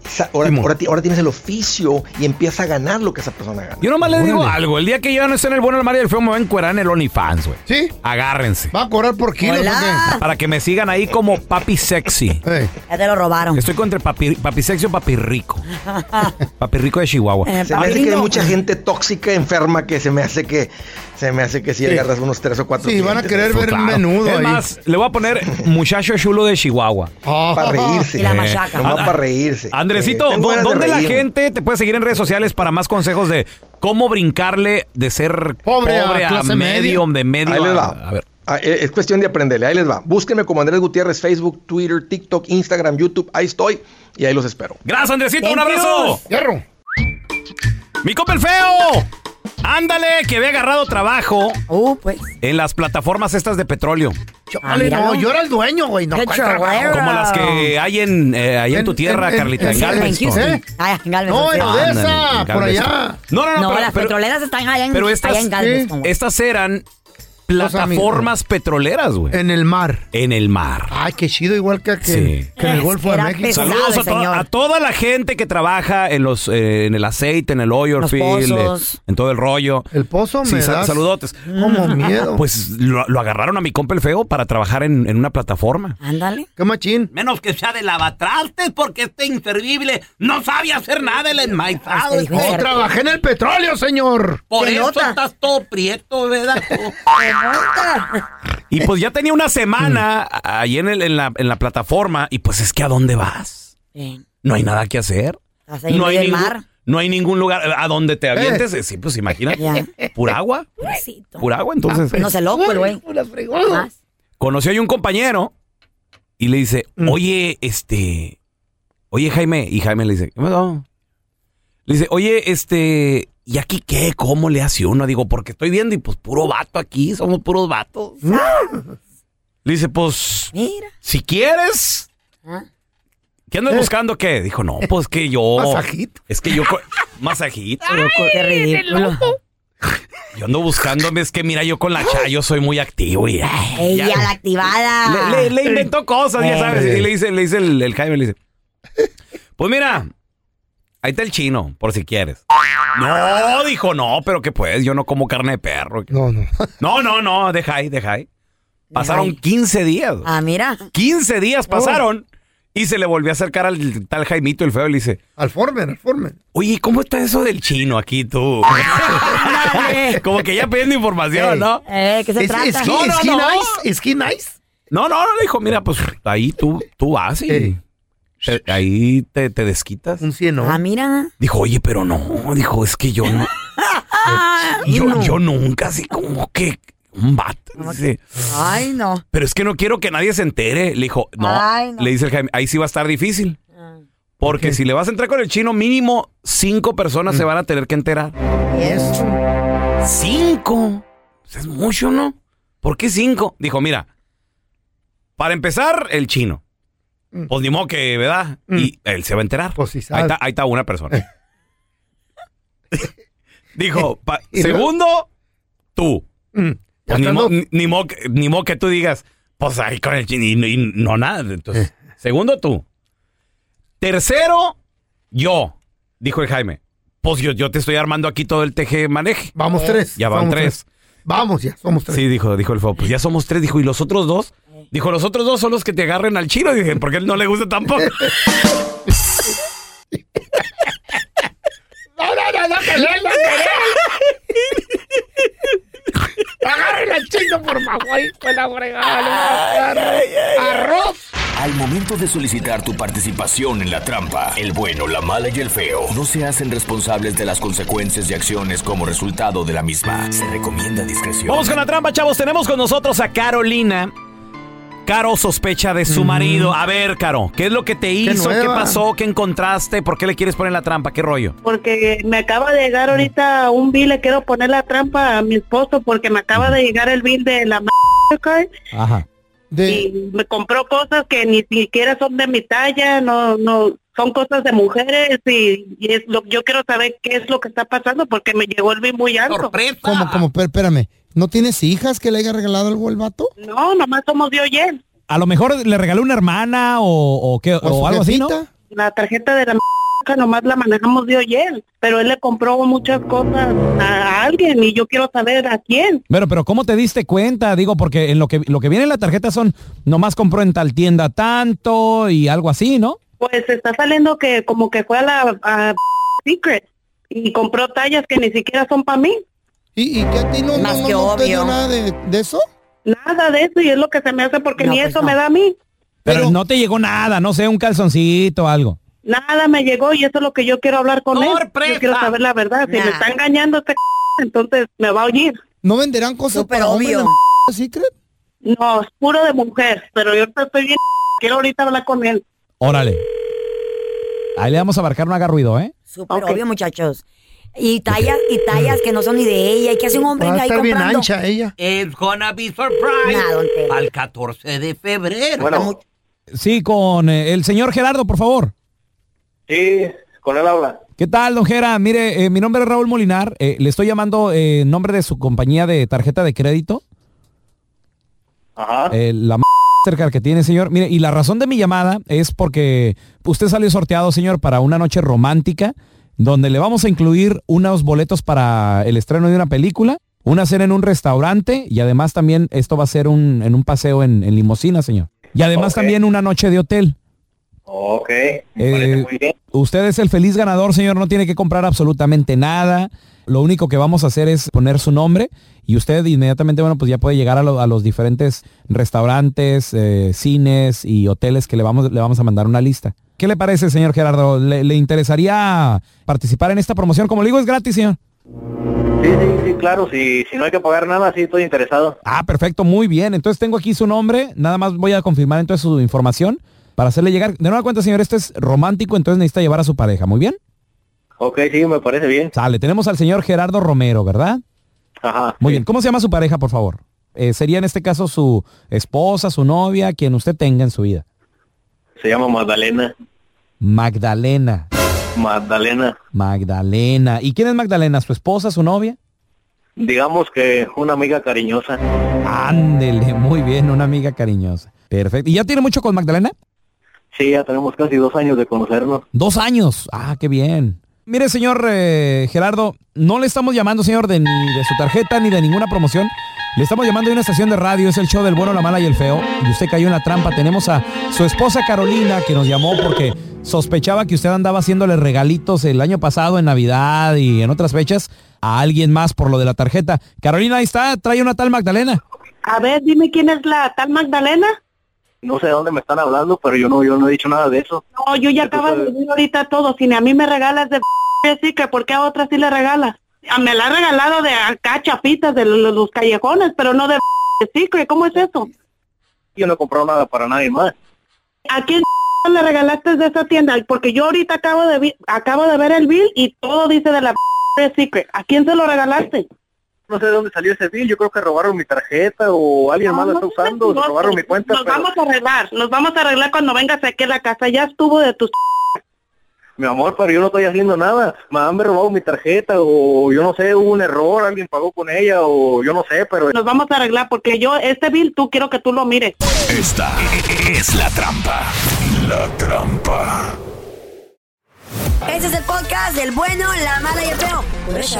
Sa- Ahora, ahora ti- ahora tienes el oficio y empieza a ganar lo que esa persona gana.
Yo nomás les digo algo. El día que yo no esté en el bueno, el mar y el feo, me voy a encuerar en el OnlyFans, güey.
Sí.
Agárrense.
¿Va a cobrar por kilos o qué?
Para que me sigan ahí como papi sexy.
Ya te lo robaron.
Estoy contra papi, papi sexy o papi rico. Papi rico de Chihuahua.
Eh,
Se me hace que
eh.
hay mucha gente tóxica, enferma, que se me hace que se me hace que si
Sí.
agarras unos tres o cuatro. clientes, ¿no?
Claro. Es más, le voy a poner muchacho chulo de Chihuahua.
Para reírse.
Eh,
Nomás
Ah,
para reírse.
Andresito,
Eh, tengo
¿dó-
ganas de
¿dónde la
reírme.
gente te puede seguir en redes sociales para más consejos de cómo brincarle de ser pobre, a, medio, de medio
Ahí les
a,
va. Ah, eh, Es cuestión de aprenderle. Ahí les va. Búsquenme como Andrés Gutiérrez, Facebook, Twitter, TikTok, Instagram, YouTube. Ahí estoy y ahí los espero.
Gracias, Andresito. Un abrazo.
¡Hierro!
Mi copa el feo. Ándale, que había agarrado trabajo.
Uh, pues.
En las plataformas estas de petróleo.
Chale, no, yo era el dueño, güey. No,
Qué
¿cuál trabajo?
chorrero.
Como las que hay en, eh, ahí en, tu tierra, Carlita, en, Galveston.
Houston. Ah, en Galveston,
No, en
sí.
Odessa,
en
por
Galveston.
allá.
No, no, no, pero-
No, las
pero-
petroleras están allá en,
Pero estas,
allá en Galveston. güey.
estas eran plataformas petroleras, güey.
En el mar.
En el mar.
Ay, qué chido, igual que, que-
Sí.
que en el Golfo de
Era
México.
pesado,
Saludos a, to-
señor.
a toda la gente que trabaja en los eh, en el aceite, en el oil
Los
field, eh,
pozos.
en todo el rollo.
El pozo me
Sí, sa-
das
saludotes.
Como miedo.
Pues lo, lo agarraron a mi compa el feo para trabajar en, en una plataforma.
Ándale.
Qué machín.
Menos que sea de lavatrastes porque este inservible no sabe hacer nada el enmaizado.
No, trabajé en el petróleo, señor. Se nota.
estás todo prieto, ¿verdad? y pues ya tenía una semana a- ahí en, el- en la, en la plataforma y pues es que ¿a dónde vas?
Bien.
No hay nada que hacer.
Estás ahí en medio del
ningún-
mar.
no hay ningún lugar eh, a donde te avientes. eh, Sí, pues imagínate. Pura agua.
Pobrecito. Ah,
Pura agua, entonces.
No se loco el güey. Ah, Más.
Conoció ahí un compañero y le dice, oye, este, oye Jaime, y Jaime le dice, ¿qué pasó? Le dice, oye, este, ¿y aquí qué? ¿Cómo le hace uno? Digo, porque estoy viendo y pues puro vato aquí, somos puros vatos. Le dice, pues, si quieres,
Ah.
¿qué andas buscando qué? Dijo, no, pues que yo...
Masajito.
Es que yo... co- Masajito.
Qué ridículo.
Yo ando buscándome, es que mira, yo con la chayo soy muy activo y... ay,
Ella, la activada.
Le, le- le inventó cosas, ya sabes. Y le dice, le dice el, el Jaime, le dice. Pues mira, ahí está el chino, por si quieres. No, dijo, no, pero que pues, yo no como carne de perro.
No, no.
No, no, no, deja ahí, deja ahí. Pasaron
ahí.
15 días.
Ah, mira.
15 días pasaron y se le volvió a acercar al tal Jaimito el feo y le dice,
Al Formen, al Formen.
oye, ¿cómo está eso del chino aquí tú? Como que ya pidiendo información, ¿no?
Eh, ¿qué se
Es-
trata?
es que-
No, no,
es que
no.
nice, es que nice.
No, no, no, le dijo, mira, pues ahí tú, tú vas y te- ahí te, te desquitas.
Un cieno.
Ah, mira.
Dijo, oye, pero no, dijo, es que yo no, yo, yo nunca, así como que un bat. Dice,
Ay, no.
pero es que no quiero que nadie se entere. Le dijo, no,
Ay, no. Ah.
le dice el Jaime, ahí sí va a estar difícil. Porque si le vas a entrar con el chino, mínimo cinco personas se van a tener que enterar.
¿Y eso?
¿Cinco? Pues es mucho, ¿no? ¿Por qué cinco? Dijo, mira, para empezar, el chino.
Mm.
Pues ni modo que, ¿verdad? Y él se va a enterar. ahí,
Pues sabe.
está, ahí está una persona. Dijo, pa-
¿Y luego? Mm.
segundo, tú. Pues ni, mo-
estando-
ni- ni modo que- ni modo que tú digas, pues ahí con el chino y, no- y no nada. Entonces,
Eh.
segundo, tú. Tercero, yo, dijo el Jaime. Pues yo, yo te estoy armando aquí todo el teje maneje.
Vamos tres.
Ya van
vamos
tres.
Vamos ya, somos tres.
Sí, dijo, dijo el Fo, pues ya somos tres, dijo, ¿y los otros dos? Dijo, los otros dos son los que te agarren al chino, dije, porque a él no le gusta tampoco.
No, no, no, no, que no, no, que no. Agarren al chino por favor, hijo de la fregada. no, Arroz.
Al momento de solicitar tu participación en la trampa, el bueno, la mala y el feo no se hacen responsables de las consecuencias y acciones como resultado de la misma. Se recomienda discreción.
Vamos con la trampa, chavos. Tenemos con nosotros a Carolina. Caro sospecha de su marido. A ver, Caro, ¿qué es lo que te hizo? ¿Qué
nueva.
pasó? ¿Qué encontraste? ¿Por qué le quieres poner la trampa? ¿Qué rollo?
Porque me acaba de llegar ahorita un bill, le quiero poner la trampa a mi esposo porque me acaba de llegar el bill de la Mastercard
Ajá.
y me compró cosas que ni siquiera son de mi talla, no, no, son cosas de mujeres y, y es lo yo quiero saber qué es lo que está pasando porque me llegó el bill muy alto.
Como, como, per- espérame. ¿No tienes hijas que le haya regalado algo el vato?
No, nomás somos yo y él.
A lo mejor le regaló una hermana o, o qué- o algo así, ¿no?
La tarjeta de la Mastercard nomás la manejamos yo y él, pero él le compró muchas cosas a, a alguien y yo quiero saber a quién.
Pero, pero ¿cómo te diste cuenta? Digo, porque en lo que lo que viene en la tarjeta son nomás compró en tal tienda tanto y algo así, ¿no?
Pues está saliendo que como que fue a la a Secret y compró tallas que ni siquiera son para mí.
¿Y, y que a ti no, no, no- no te dio nada de, de eso?
Nada de eso y es lo que se me hace porque ni eso me da a mí.
Pero, no te llegó nada, no sé, un calzoncito, algo.
Nada me llegó y eso es lo que yo quiero hablar con él. Yo quiero saber la verdad. Si me está engañando este entonces me va a oír.
¿No venderán cosas para hombres en la Secret?
No, es puro de mujer, pero yo ahorita estoy bien. Quiero ahorita hablar con él.
Órale. Ahí le vamos a abarcar, no haga ruido, ¿eh?
Súper obvio, muchachos. Y tallas, y tallas que no son ni de ella. ¿Y qué hace un hombre
Va a
ahí
estar bien
comprando?
ancha ella.
It's gonna be surprise. Al 14 de febrero. Bueno,
Sí, con eh, el señor Gerardo, por favor.
Sí, con él habla.
¿Qué tal, don Gera? Mire, eh, mi nombre es Raúl Molinar. eh, le estoy llamando eh, en nombre de su compañía de tarjeta de crédito.
Ajá.
Eh, la cerca que tiene, señor. Mire, y la razón de mi llamada es porque usted salió sorteado, señor, para una noche romántica donde le vamos a incluir unos boletos para el estreno de una película, una cena en un restaurante y además también esto va a ser un, en un paseo en, en limusina, señor. Y además también una noche de hotel.
Ok, me parece
Eh,
muy bien.
Usted es el feliz ganador, señor. No tiene que comprar absolutamente nada. Lo único que vamos a hacer es poner su nombre y usted inmediatamente, bueno, pues ya puede llegar a, lo- a los diferentes restaurantes, eh, cines y hoteles que le vamos, le vamos a mandar una lista. ¿Qué le parece, señor Gerardo? ¿Le, le interesaría participar en esta promoción? Como le digo, es gratis, señor.
Sí, sí, sí, claro, si, si no hay que pagar nada, sí estoy interesado.
Ah, perfecto, muy bien. Entonces tengo aquí su nombre. Nada más voy a confirmar entonces su información para hacerle llegar. De nueva cuenta, señor, este es romántico, entonces necesita llevar a su pareja. Muy bien.
Ok, sí, me parece bien.
Sale, tenemos al señor Gerardo Romero, ¿verdad?
Ajá.
Muy bien, ¿cómo se llama su pareja, por favor? Eh, sería en este caso su esposa, su novia, quien usted tenga en su vida.
Se llama Magdalena.
Magdalena.
Magdalena,
Magdalena. ¿Y quién es Magdalena? ¿Su esposa, su novia?
digamos que una amiga cariñosa.
Ándele, muy bien, una amiga cariñosa. Perfecto. ¿Y ya tiene mucho con Magdalena?
Sí, ya tenemos casi dos años de conocernos.
Dos años. Ah, qué bien. Mire, señor eh, Gerardo, no le estamos llamando, señor, de ni de su tarjeta ni de ninguna promoción. Le estamos llamando de una estación de radio, es el show del bueno, la mala y el feo. Y usted cayó en la trampa. Tenemos a su esposa Carolina que nos llamó porque sospechaba que usted andaba haciéndole regalitos el año pasado en Navidad y en otras fechas a alguien más por lo de la tarjeta. Carolina, ahí está, trae una tal Magdalena.
A ver, dime quién es la tal Magdalena.
No sé de dónde me están hablando, pero yo no, yo no he dicho nada de eso.
No, yo ya acabo de decir ahorita todo. Si ni a mí me regalas de así que ¿por qué a otras sí le regalas? Ah, Me la ha regalado de acá chapitas de los, los callejones, pero no de secret. ¿Cómo es eso?
Yo no he comprado nada para nadie más.
¿A quién le regalaste de esa tienda? Porque yo ahorita acabo de vi- acabo de ver el bill y todo dice de la secret. ¿A quién se lo regalaste?
No sé de dónde salió ese bill. Yo creo que robaron mi tarjeta o alguien
No,
más la
no
está usando.
no,
robaron mi cuenta.
Nos
pero-
vamos a arreglar, nos vamos a arreglar cuando vengas aquí a la casa. Ya estuvo de tus...
Mi amor, pero yo no estoy haciendo nada. Me han robado mi tarjeta o yo no sé, hubo un error, alguien pagó con ella o yo no sé, pero...
Nos vamos a arreglar porque yo, este bill, tú quiero que tú lo mires.
Esta es la trampa. La trampa.
Ese es el podcast del bueno, la mala y el feo. Por eso.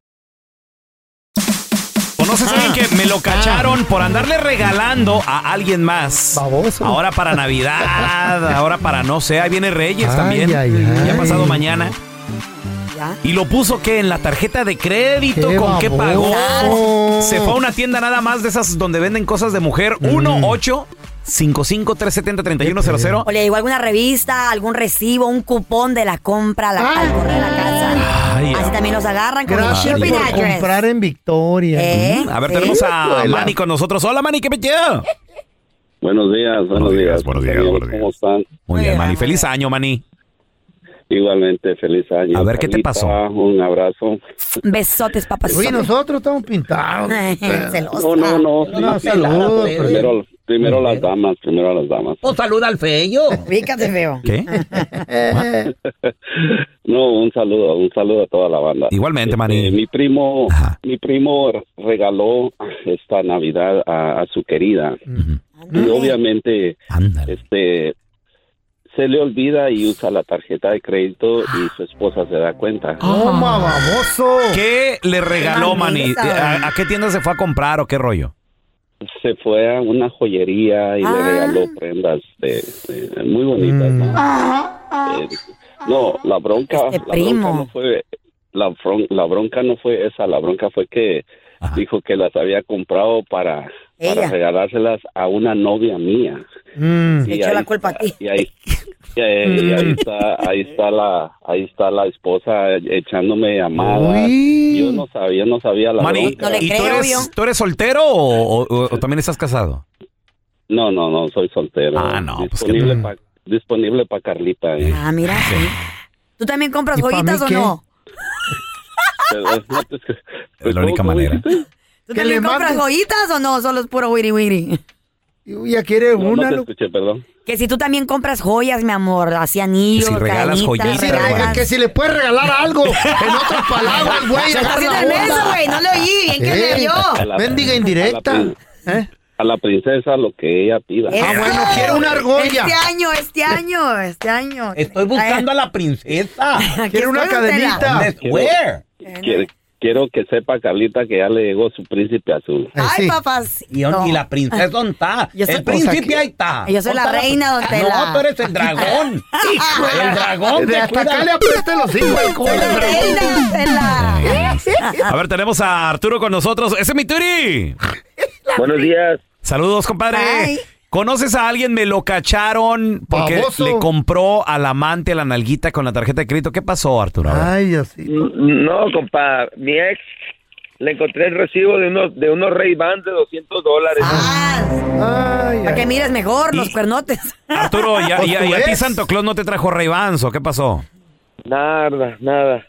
¿Conoces a alguien que me lo cacharon por andarle regalando a alguien más? Ahora para Navidad, ahora para no sé, ahí viene Reyes
Ay,
también.
ay, ay.
Ya pasado mañana. Y lo puso que en la tarjeta de crédito,
¡Qué
con qué pagó.
baboso!
Se fue a una tienda nada más de esas donde venden cosas de mujer.
Mm.
1 8 55 370 3100
O le llegó alguna revista, algún recibo, un cupón de la compra la, al correo de la casa.
Ay,
Así también los agarran con el
Gracias
shipping
por
address.
comprar en Victoria.
¿Eh?
Mm, A ver, tenemos a
Hola.
Manny con nosotros. Hola, Manny, ¿qué metió?
Buenos días, buenos días. Buenos días, ¿Cómo están?
Muy bien, Manny. Feliz año, Manny.
Igualmente, feliz año.
A ver, ¿qué te
Carlita,
pasó?
Un abrazo.
Besotes, papás.
Uy, nosotros estamos pintados.
Celosa.
No, no, no.
No, saludos, pero-
Primero, Primero las damas, primero a las damas.
O saluda al feyo.
Fíjate feo.
¿Qué?
No, un saludo, un saludo a toda la banda.
Igualmente,
Este,
Marín.
mi primo, mi primo regaló esta Navidad a, a su querida y obviamente, este, se le olvida y usa la tarjeta de crédito y su esposa se da cuenta.
Ah. Oh,
¡Toma, baboso!
¿Qué le regaló, Ah. Mani? ¿A, a qué tienda se fue a comprar o qué rollo?
Se fue a una joyería y le regaló prendas de- de- muy bonitas.
Mm.
¿no? Eh, no, la bronca,
Este
la bronca no fue la, fron- la bronca no fue esa, la bronca fue que dijo que las había comprado para, para regalárselas a una novia mía.
Mm.
Te echó la culpa a ti. Mm.
Y ahí, y ahí- y ahí está, ahí está la, ahí está la esposa echándome llamadas. Yo no sabía, no sabía la
Mani,
bronca.
¿y tú eres, tú eres soltero o, o- o- o también estás casado?
No, no, no, soy soltero.
Ah, no, pues que
disponible para disponible para Carlita. eh.
Ah, mira. ¿Tú también compras
¿Y pa' mí
joyitas o
qué?
no?
Pero, no, pues, que-
Es la única manera.
¿Tú también compras joyitas o no? Solo es puro wiri wiri.
Ya quiere
No, no
una.
te
lo-
escuché, perdón.
Que si tú también compras joyas, mi amor, así anillos,
Que si regalas
cadenitas,
joyitas,
regalas.
Oiga, que si le puedes regalar algo, en otras palabras, güey.
Se está
agarra
haciendo el
onda.
menso, güey, no le oí, bien que le oyó.
A la-
Mendiga indirecta.
A la, prin- a la princesa lo que ella pida.
Ah,
bueno, quiero una argolla.
Este año, este año, este año.
Estoy buscando a la
Ah.
princesa.
Quiero una estoy, don cadenita. Tela.
¿Dónde es?
Quiero- Eh,
Where?
Quiero, quiero que sepa Carlita que ya le llegó su príncipe azul.
Ay, papás.
¿Y, dónde- y la princesa dónde está?
Yo soy-
el príncipe
o sea, que-
ahí está.
Yo soy la
¿Dónde está
reina, don
pri-
Tela.
Ah, No, tú eres el dragón. el dragón.
De
te
hasta
cuida.
acá le apriete los hijos al codo.
A ver, tenemos a Arturo con nosotros. ¡Ese es mi Turi!
Buenos días.
Saludos, compadre. ¿Conoces a alguien? Me lo cacharon porque
Baboso.
le compró al amante la nalguita con la tarjeta de crédito. ¿Qué pasó, Arturo?
Ay, así.
No, compa, mi ex le encontré el recibo de unos de unos Ray Bans de 200 dólares.
Ah. Para que mires mejor los cuernotes.
Arturo, ¿y a, y a- y a ti
Ah. Pues.
Santo Claus no te trajo Raybanzo? ¿Qué pasó?
Nada, nada.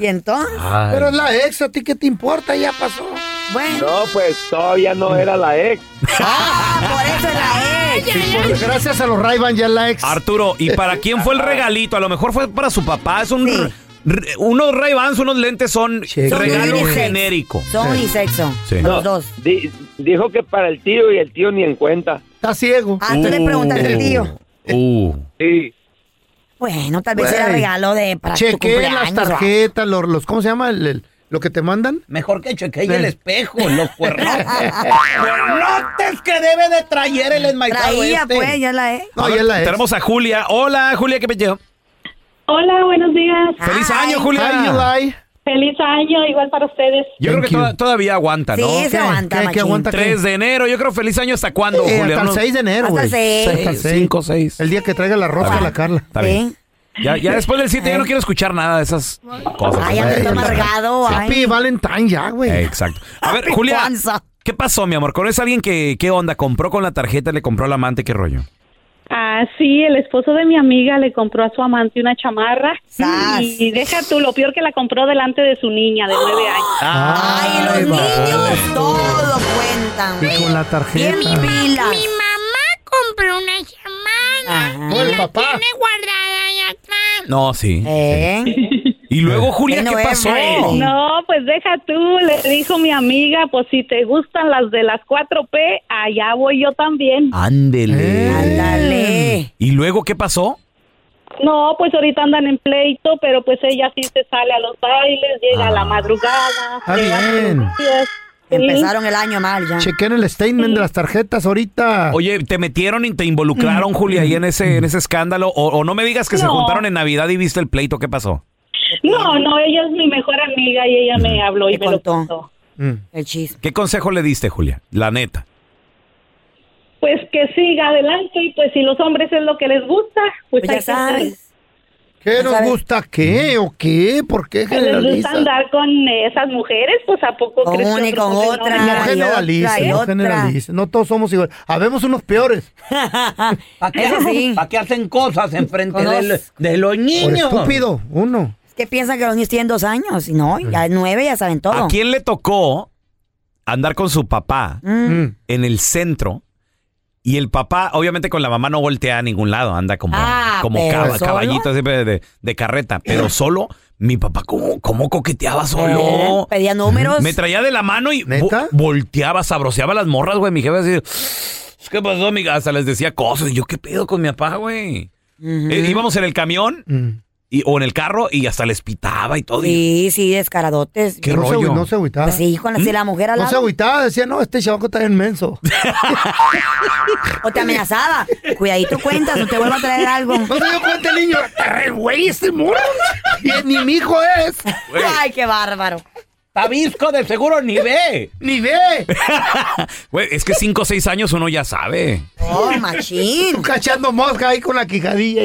¿Y entonces?
Ay.
Pero es la ex, ¿a ti qué te importa? Ya pasó.
Bueno.
No, pues todavía no era la ex.
Ah,
Por Pues gracias a los Rayban ya es la ex.
Arturo, ¿y para quién fue el regalito? A lo mejor fue para su papá. Es un r- r- unos Ray-Bans, unos lentes son regalo
Son unisex.
genérico.
Son unisexo.
Sí.
No, di- dijo que para el tío y el tío ni en cuenta.
Está ciego.
Ah, tú
Oh.
le preguntaste
Oh.
al tío.
Sí.
Bueno, tal vez era
Güey.
regalo de para tu
Chequeen las
cumpleaños, va.
tarjetas, los, los- ¿cómo se llama? El- el- lo que te mandan.
Mejor que chequee
Sí. Eh,
el espejo, los cuernotes.
¡Cuernotes
que debe de traer el enmaizado
Traía,
este.
pues, ya la he.
A ver, Tenemos a Julia. Hola, Julia, ¿qué pellejo?
Hola, buenos días.
¡Feliz año, Julia!
Feliz año, igual para ustedes.
Yo creo que toda- todavía aguanta, ¿no?
Sí, se ¿Qué? aguanta, ¿Qué- qué machín. aguanta qué?
3 de enero. Yo creo feliz año hasta cuándo,
Eh,
Julia.
hasta el
Unos-
6 de enero, güey. Hasta el
5, 6.
El día que traiga la ropa a la Carla.
Está bien. Ya, ya después del 7 ya
Eh.
no quiero escuchar nada de esas cosas.
Ay, ando amargado,
Sí.
Happy Valentine ya, güey.
Eh, Exacto. A ver, Julia, ¿qué pasó, mi amor? ¿Conoces a alguien que, qué onda? ¿Compró con la tarjeta, le compró al amante? ¿Qué rollo?
Ah, sí, el esposo de mi amiga le compró a su amante una chamarra. Y deja tú, lo peor que la compró delante de su niña de nueve
Oh.
años.
Ay, los niños
todo cuentan,
Y con la tarjeta.
Mi mamá compró una
Ah.
chamana.
Con el papá.
Tiene guardada ahí atrás.
No, sí.
¿Eh?
Y luego, Julia, ¿qué pasó?
No, pues deja tú, le dijo mi amiga, pues si te gustan las de las 4P, allá voy yo también.
Ándele.
Ándale.
¿Y luego qué pasó?
No, pues ahorita andan en pleito, pero pues ella sí se sale a los bailes, llega a la
Ah.
madrugada.
Está
llega a los
bien.
días. Sí.
Empezaron el año mal ya.
Chequen el statement de las tarjetas ahorita.
Oye, ¿te metieron y te
Mm.
involucraron, Julia, ahí en ese, en ese escándalo? O, o no me digas que se
No.
juntaron en Navidad y viste el pleito. ¿Qué pasó?
No, no, ella es mi mejor amiga y ella
Mm,
me habló y me lo contó.
El chiste.
¿Qué consejo le diste, Julia? La neta.
Pues que siga adelante y pues si los hombres es lo que les gusta, pues,
Pues ya
hay que
sabes. ¿Qué nos gusta? ¿Qué o qué? ¿Por qué
Que les gusta
generaliza?
andar con esas mujeres, pues a poco
Con
crees que
una y
otros
con
hombres no
otra.
van a-
y
No generalice,
otra, y
no
otra.
generalice. No todos somos iguales. Habemos unos peores.
¿Para qué, pa' qué hacen cosas enfrente
Con
del-
los-
de los
Por
niños?
estúpido, uno.
Es que piensan que los niños tienen dos años. Y no, ya nueve ya saben todo.
¿A quién le tocó andar con su papá
Mm.
en el centro Y el papá, obviamente con la mamá no voltea a ningún lado, anda como,
Ah,
como
¿pero
caba-
solo?
caballito siempre de, de carreta, pero solo mi papá, ¿cómo, cómo coqueteaba solo?
Pedía números.
Me traía de la mano y vo- volteaba, sabroseaba las morras, güey. Mi jefe así, ¿qué pasó, amiga? Hasta les decía cosas. Y yo, ¿qué pedo con mi papá, güey? Eh, íbamos en el camión y- o en el carro y hasta les pitaba y todo. Y-
Sí, sí, descaradotes.
¿Qué No se rollo? agü- no se agüitaba.
Pues sí, con la, si la mujer al
¿Mm? No se
lado.
agüitaba, decía, no, este chavaco está inmenso.
O te amenazaba. Cuidadito cuentas, no te vuelva a traer algo.
No se dio cuenta el niño. "Arre, güey, este muro. Ni mi hijo es.
Ay, qué bárbaro.
Tabisco de seguro ni ve.
Ni ve.
Güey, es que cinco o seis años uno ya sabe.
Oh, machín.
Tú cachando mosca ahí con la quijadilla.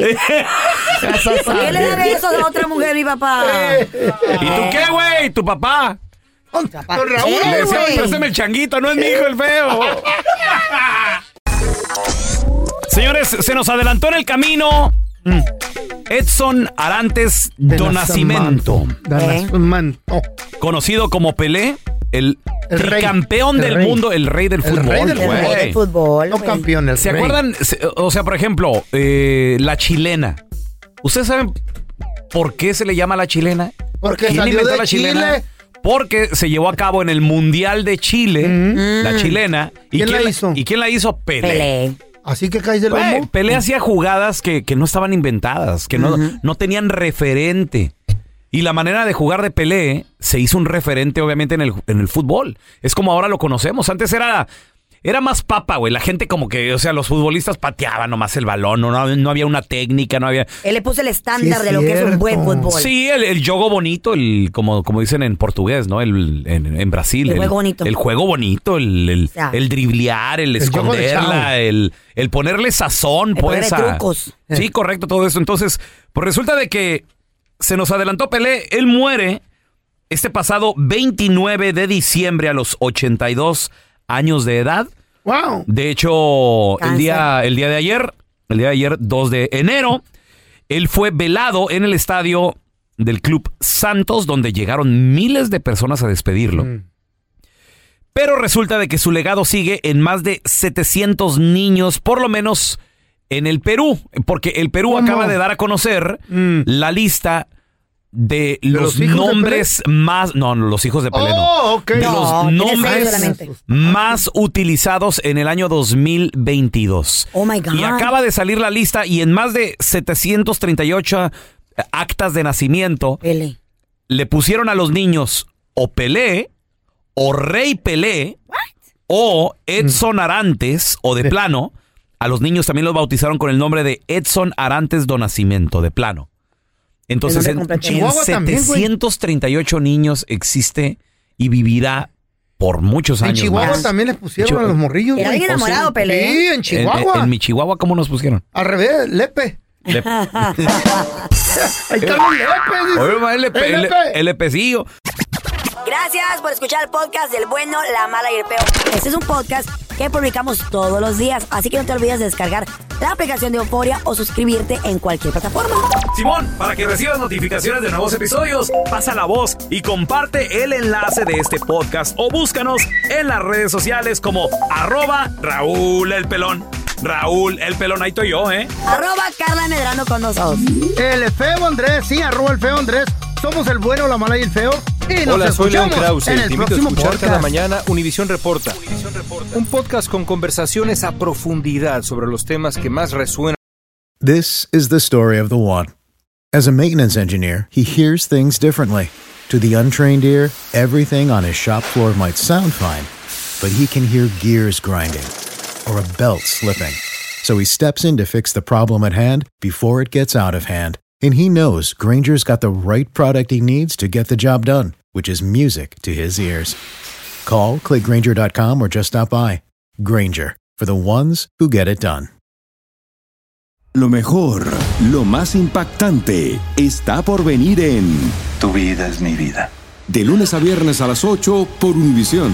¿Por qué le da besos a otra mujer, mi papá?
¿Y tú qué, güey? ¿Tu papá?
Don Raúl,
Le decía,
güey.
préstame el changuito, no es mi hijo el feo. Señores, se nos adelantó en el camino mm, Edson Arantes Donacimento,
Donacimento.
conocido como Pelé, el, tricampeón
el
del
rey.
mundo, el rey del
El
fútbol.
rey del
güey.
fútbol, del fútbol, No güey. campeón, el
¿Se
rey.
acuerdan? Se- O sea, por ejemplo, eh, la chilena. ¿Ustedes saben por qué se le llama la chilena?
Porque
¿Quién
salió
inventó
de
la chilena?
Chile.
Porque se llevó a cabo en el Mundial de Chile, la chilena. ¿Y
Mm. ¿Quién la hizo?
¿Y quién la hizo? Pelé.
Así que caes del
Güey,
lomo.
Pelé hacía jugadas que, que no estaban inventadas, que no, no tenían referente. Y la manera de jugar de Pelé ¿eh? se hizo un referente, obviamente, en el, en el fútbol. Es como ahora lo conocemos. Antes era, era más papa, güey. La gente como que, o sea, los futbolistas pateaban nomás el balón. No, no, no había una técnica, no había...
Él le puso el estándar de lo que es un buen fútbol.
Sí, el, el juego bonito, el como, como dicen en portugués, ¿no? El, en, en Brasil.
El juego bonito.
El juego bonito, el, el,
sea,
el driblear, el,
el juego de
esconderla, el, el ponerle sazón, pues.
ponerle
a-
trucos.
Sí, correcto, todo eso. Entonces, pues resulta de que se nos adelantó Pelé, él muere este pasado 29 de diciembre a los 82 años de edad.
Wow.
De hecho, el
Cáncer.
día, el día de ayer, el día de ayer, 2 de enero, él fue velado en el estadio del Club Santos, donde llegaron miles de personas a despedirlo. Pero resulta de que su legado sigue en más de 700 niños, por lo menos en el Perú, porque el Perú acaba de dar a conocer la lista de los,
los hijos de Pelé?
nombres más... No, no, los hijos de Pelé no.
Oh, ok.
De
No,
los
tiene seis
nombres
solamente.
más utilizados en el año 2022.
Oh my God.
Y acaba de salir la lista y en más de 738 actas de nacimiento le pusieron a los niños o Pelé o Rey Pelé o Edson Arantes o de plano. A los niños también los bautizaron con el nombre de Edson Arantes Donacimiento, de plano. Entonces,
nombre
en,
completo.
en
Chihuahua también, güey.
738 niños existe y vivirá por muchos
En
años.
Chihuahua
más.
también les pusieron
Chihu-
a los morrillos.
Era
güey.
bien enamorado,
Sí,
Pelé.
Sí, en Chihuahua.
En, en mi Chihuahua, ¿cómo nos pusieron?
Al revés, Lepe.
Le-
Ahí está el Lepe. dice.
Oye, ma, el LP,
El LP.
el LPcillo.
Gracias por escuchar el podcast del bueno, la mala y el peor. Este es un podcast que publicamos todos los días, así que no te olvides de descargar la aplicación de Euforia o suscribirte en cualquier plataforma.
Simón, para que recibas notificaciones de nuevos episodios, pasa la voz y comparte el enlace de este podcast o búscanos en las redes sociales como arroba Raúl el Pelón. Raúl el Pelón, ahí estoy yo, ¿eh?
Arroba Carla Medrano con nosotros.
El feo Andrés, sí, arroba el feo Andrés. Somos el bueno, la mala y el feo. Y nos
Hola, soy León
escuchamos
Krause.
en
y
el
Te invito a
próximo
escuchar cada
podcast.
mañana Univisión Reporta. Un podcast con conversaciones a profundidad sobre los temas que más resuenan.
This is the story of the one. As a maintenance engineer, he hears things differently. To the untrained ear, everything on his shop floor might sound fine, but he can hear gears grinding or a belt slipping. So he steps in to fix the problem at hand before it gets out of hand. And he knows Granger's got the right product he needs to get the job done, which is music to his ears. Call, click Granger.com, or just stop by. Granger, for the ones who get it done.
Lo mejor, lo más impactante, está por venir en Tu vida es mi vida. De lunes a viernes a las 8 por Univisión.